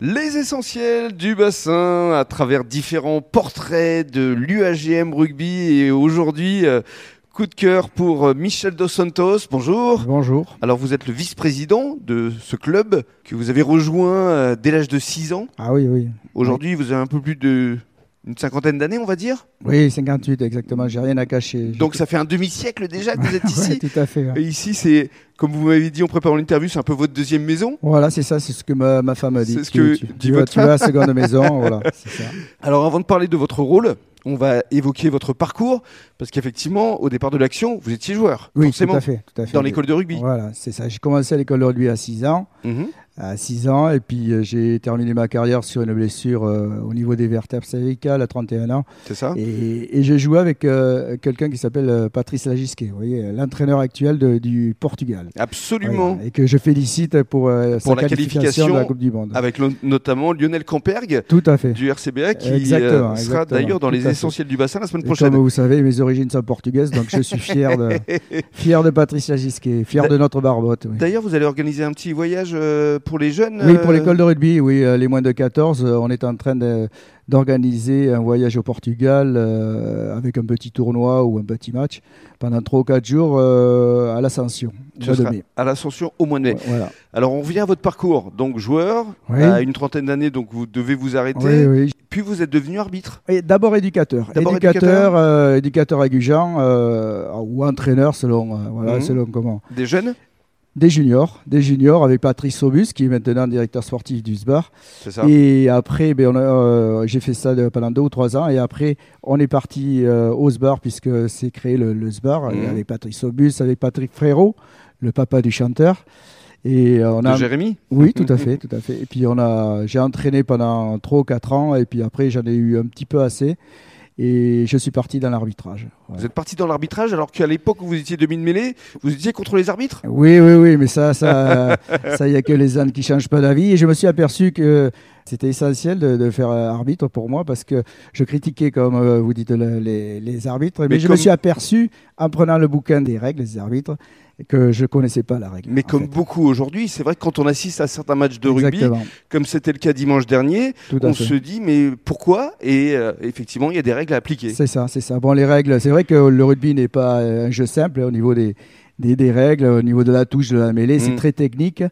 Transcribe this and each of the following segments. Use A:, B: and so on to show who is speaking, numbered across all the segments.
A: Les essentiels du bassin à travers différents portraits de l'UAGM rugby et aujourd'hui euh, coup de cœur pour euh, Michel Dos Santos. Bonjour.
B: Bonjour.
A: Alors vous êtes le vice-président de ce club que vous avez rejoint euh, dès l'âge de 6 ans.
B: Ah oui, oui.
A: Aujourd'hui vous avez un peu plus de une cinquantaine d'années on va dire.
B: Oui, 58 exactement, j'ai rien à cacher. J'ai-
A: Donc ça fait un demi-siècle déjà que vous êtes
B: Ouais,
A: ici.
B: tout à fait. hein.
A: Et ici c'est comme vous m'avez dit en préparant l'interview c'est un peu votre deuxième maison.
B: Voilà, c'est ça, c'est ce que ma, ma femme a dit.
A: C'est ce
B: Tu-
A: que
B: tu,
A: dit
B: tu
A: votre
B: as- tu as la seconde maison, voilà, c'est ça.
A: Alors avant de parler de votre rôle, on va évoquer votre parcours, parce qu'effectivement, au départ de l'action, vous étiez joueur,
B: Oui,
A: forcément,
B: tout à fait, tout à fait.
A: dans l'école de rugby.
B: Voilà, c'est ça. J'ai commencé à l'école de rugby à 6 ans,
A: Mhm.
B: à 6 ans et puis euh, j'ai terminé ma carrière sur une blessure euh, au niveau des vertèbres cervicales à 31 ans
A: C'est ça
B: et, et j'ai joué avec euh, quelqu'un qui s'appelle euh, Patrice Lagisquet, vous voyez, l'entraîneur actuel de- du Portugal.
A: Absolument.
B: Voilà, et que je félicite pour, euh,
A: Pour
B: sa
A: la qualification
B: de la Coupe du Monde.
A: Avec le- notamment Lionel Campergue
B: Tout à fait.
A: du RCBA qui euh,
B: Exactement,
A: sera
B: exactement,
A: d'ailleurs dans
B: tout
A: les
B: à fait.
A: essentiels du bassin la semaine
B: Et
A: prochaine.
B: Comme vous savez, mes origines sont portugaises, donc je suis fier de, fier de Patricia Gisquet, fier de notre barbotte. oui.
A: D'ailleurs, vous allez organiser un petit voyage euh, pour les jeunes
B: Oui,
A: euh,
B: pour l'école de rugby, oui, euh, les moins de 14, euh, on est en train de- d'organiser un voyage au Portugal euh, avec un petit tournoi ou un petit match pendant 3 ou 4 jours euh, à l'Ascension. au
A: ce
B: mois de
A: sera
B: mai.
A: à l'ascension au mois de mai.
B: Ouais, Voilà.
A: Alors, on revient à votre parcours. Donc, joueur,
B: Oui.
A: à une trentaine d'années, donc vous devez vous arrêter.
B: Oui, oui.
A: Puis, vous êtes devenu arbitre.
B: Et D'abord éducateur,
A: D'abord éducateur.
B: éducateur, euh, éducateur à Gujan euh, ou entraîneur selon, euh, voilà,
A: Mhm.
B: selon comment.
A: Des jeunes,
B: Des juniors, des juniors avec Patrice Sobus qui est maintenant directeur sportif du SBAR.
A: c'est ça
B: Et après, ben, on a, euh, j'ai fait ça de- pendant deux ou trois ans. Et après, on est parti euh, au SBAR, puisque c'est créé le, le SBAR,
A: Mhm.
B: euh, avec Patrice Obus, avec Patrick Frérot, le papa du chanteur. Et euh, on
A: De
B: a...
A: Jérémy
B: Oui, tout à fait, tout à fait. Et puis on a, j'ai entraîné pendant trois ou quatre ans, et puis après j'en ai eu un petit peu assez, et je suis parti dans l'arbitrage. Voilà.
A: Vous êtes parti dans l'arbitrage alors qu'à l'époque où vous étiez demi-mêlée, vous étiez contre les arbitres
B: Oui, oui, oui, mais ça, ça, ça, il n'y a que les ânes qui changent pas d'avis. Et je me suis aperçu que c'était essentiel de, de faire euh, arbitre pour moi parce que je critiquais, comme euh, vous dites, le- les, les arbitres. Mais,
A: Mais
B: je
A: comme-
B: me suis aperçu, en prenant le bouquin des règles des arbitres, que je connaissais pas la règle.
A: Mais
B: en
A: comme
B: fait.
A: beaucoup aujourd'hui, c'est vrai que quand on assiste à certains matchs de rugby,
B: Exactement,
A: comme c'était le cas dimanche dernier,
B: tout à
A: on
B: fait.
A: se dit mais pourquoi Et euh, effectivement, il y a des règles à appliquer.
B: C'est ça, c'est ça. Bon, les règles, c'est vrai que le rugby n'est pas euh, un jeu simple hein, au niveau des, des, des règles, au niveau de la touche, de la mêlée,
A: Mm.
B: c'est très technique.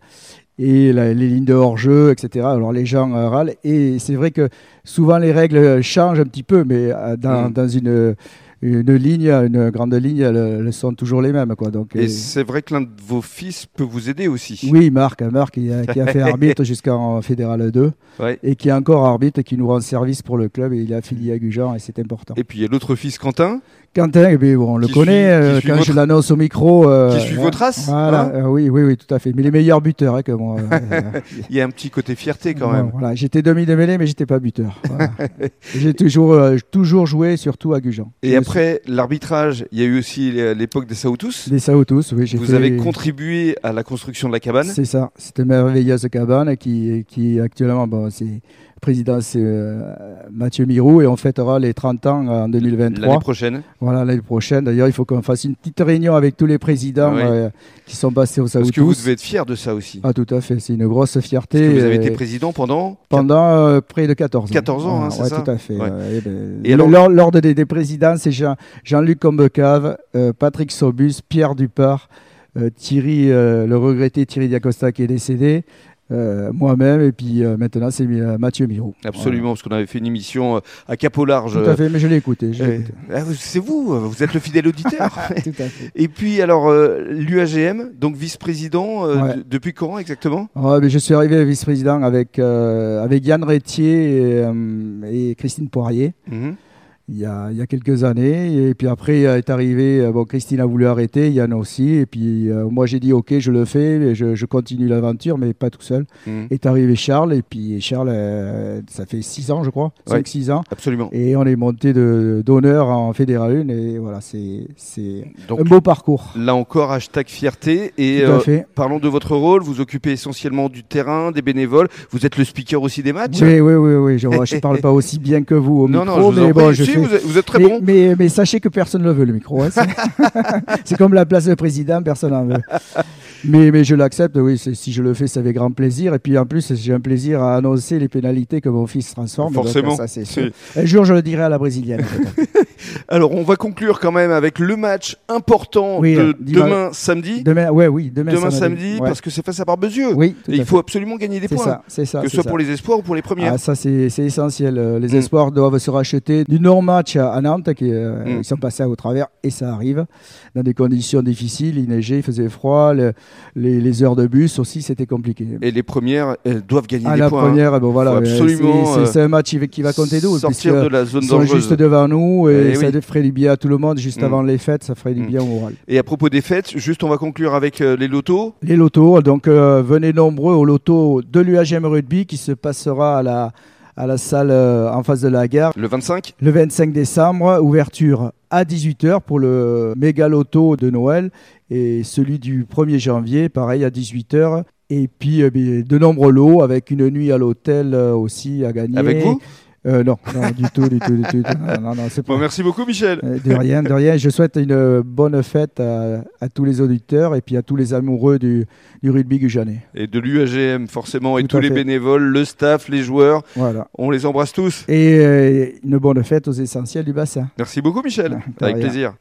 B: Et la- les lignes de hors-jeu, etc. Alors les gens euh, râlent. Et c'est vrai que souvent les règles euh, changent un petit peu, mais euh, dans,
A: Mm.
B: dans une, une ligne, une grande ligne, elles, elles sont toujours les mêmes. Quoi. Donc, euh,
A: Et c'est vrai que l'un de vos fils peut vous aider aussi.
B: oui, Marc, hein, Marc qui a, qui a fait arbitre jusqu'en Fédéral 2
A: Ouais.
B: et qui est encore arbitre et qui nous rend service pour le club. Et il est affilié à Gujan et c'est important.
A: Et puis il y a l'autre fils Quentin.
B: Quentin, eh bien, bon, on le
A: Qui
B: connaît,
A: suit- qui
B: euh,
A: suit
B: quand
A: votre-
B: je l'annonce au micro. euh,
A: Qui suit vos traces,
B: Voilà,
A: hein
B: euh, oui, oui, oui, tout à fait. Mais les meilleurs buteurs, hein, que moi. euh, euh,
A: Il y a un petit côté fierté quand
B: voilà,
A: même.
B: voilà, j'étais demi de mêlée, mais j'étais pas buteur. voilà. J'ai toujours, euh, toujours joué, surtout à Gujan.
A: Et après l'arbitrage, il y a eu aussi euh, l'époque des Saoutous.
B: Les Sao tous, oui. j'ai
A: Vous
B: fait-
A: avez contribué à la construction de la cabane.
B: C'est ça, cette merveilleuse cabane qui, qui actuellement, bon, c'est président, c'est euh, Mathieu Mirou, et on fêtera les 30 ans en 2023.
A: L'année prochaine.
B: Voilà, l'année prochaine. D'ailleurs, il faut qu'on fasse une petite réunion avec tous les présidents
A: Oui.
B: euh, qui sont passés au Sao
A: Parce que vous
B: tous.
A: devez être fier de ça aussi.
B: Ah, tout à fait, c'est une grosse fierté.
A: Parce que vous avez été
B: euh,
A: président pendant
B: pendant euh, près de 14 ans.
A: 14 ans, hein,
B: Ouais,
A: c'est
B: ouais,
A: ça
B: tout à fait.
A: Ouais.
B: euh, et ben,
A: Et
B: le-
A: alors-
B: lors, lors de- des, des présidents, c'est Jean, Jean-Luc Combecave, euh, Patrick Sobus, Pierre Dupart, euh, Thierry, euh, le regretté Thierry Diacosta qui est décédé, euh, moi-même, et puis euh, maintenant c'est euh, Mathieu Miro.
A: Absolument, parce qu'on avait fait une émission euh, à Capot Large.
B: Voilà. Tout à fait, mais je l'ai écouté. Je l'ai
A: Euh,
B: écouté.
A: ah, vous- c'est vous, euh, vous êtes le fidèle auditeur.
B: Tout à fait.
A: Et puis alors euh, l'UAGM, donc vice-président euh,
B: Ouais.
A: de- depuis quand exactement
B: Ouais, Ah, mais je suis arrivé vice-président avec, euh, avec Yann Rétier et, euh, et Christine Poirier.
A: Mhm.
B: il y, a, il y a quelques années. Et puis après euh, est arrivé, euh, bon, Christine a voulu arrêter, Yann aussi. Et puis euh, moi j'ai dit ok, je le fais, mais je, je continue l'aventure, mais pas tout seul.
A: Mhm.
B: Est arrivé Charles, et puis Charles, euh, ça fait 6 ans je crois,
A: Ouais.
B: 5-6 ans.
A: Absolument.
B: Et on est monté de- d'honneur en Fédéral 1. Et voilà, c'est c'est
A: Donc
B: un beau parcours.
A: là encore hashtag fierté. Et
B: tout
A: euh,
B: à fait.
A: parlons de votre rôle. Vous occupez essentiellement du terrain, des bénévoles. Vous êtes le speaker aussi des matchs.
B: Oui, oui, oui, oui, je ne parle pas aussi bien que vous au
A: Non, non,
B: micro,
A: je vous en
B: mais bon,
A: prie.
B: je
A: Si,
B: fais,
A: vous êtes, vous êtes très
B: mais,
A: bon.
B: mais- mais sachez que personne ne le veut, le micro. hein, c'est- c'est comme la place de président, personne n'en veut. Mais, mais je l'accepte, oui, c'est- si je le fais, c'est avec grand plaisir. Et puis en plus, j'ai un plaisir à annoncer les pénalités que mon fils transforme. donc,
A: Forcément.
B: ça, c'est sûr. Un jour, je le dirai à la brésilienne. peut-être.
A: Alors, on va conclure quand même avec le match important
B: Oui,
A: de
B: euh, dimanche-
A: demain samedi.
B: demain, ouais, oui, demain,
A: Demain samedi,
B: ouais.
A: parce que c'est face à Barbezieux.
B: Oui, tout
A: Et il
B: à
A: faut absolument gagner des
B: fait. C'est
A: points. hein,
B: ça, c'est ça.
A: que
B: c'est
A: ce soit
B: ça.
A: pour les espoirs ou pour les premières.
B: Ah, ça, c'est c'est essentiel. Euh, Les
A: Mm.
B: espoirs doivent se racheter du non-match à à Nantes, qui, euh,
A: Mm.
B: ils sont passés au travers, et ça arrive, dans des conditions difficiles. Il neigeait, il faisait froid, le- les, les heures de bus aussi, c'était compliqué.
A: Et les premières, elles doivent gagner des
B: À Ah, la
A: points. hein.
B: première, bon, voilà,
A: Faut
B: euh,
A: absolument,
B: c'est-
A: euh,
B: c'est c'est un match qui va compter double.
A: Sortir
B: puisque
A: de la zone
B: Ils sont
A: dangereuse.
B: juste devant nous et,
A: Eh
B: ça
A: oui.
B: ferait du bien à tout le monde juste
A: Mm.
B: avant les fêtes, ça ferait du
A: Mm.
B: bien au moral.
A: Et à propos des fêtes, juste on va conclure avec euh, les lotos.
B: Les lotos, donc euh, venez nombreux au loto de l'UAGM Rugby qui se passera à la, à la salle euh, en face de la gare.
A: Le 25,
B: Le 25 décembre, ouverture à 18h pour le méga loto de Noël et celui du 1er janvier, pareil à 18h. Et puis euh, ben, de nombreux lots avec une nuit à l'hôtel euh, aussi à gagner.
A: avec vous.
B: Euh, Non, non, du tout, du tout, du tout. Non, non, non, c'est
A: Bon,
B: pas.
A: merci beaucoup, Michel.
B: Euh, De rien, de rien. Je souhaite une euh, bonne fête à, à tous les auditeurs et puis à tous les amoureux du, du rugby gujanais.
A: Et de l'UAGM, forcément, et
B: Tout
A: tous
B: à
A: les
B: fait.
A: bénévoles, le staff, les joueurs.
B: Voilà.
A: On les embrasse tous.
B: Et euh, une bonne fête aux essentiels du bassin.
A: Merci beaucoup, Michel.
B: Ah, de
A: Avec
B: rien.
A: plaisir.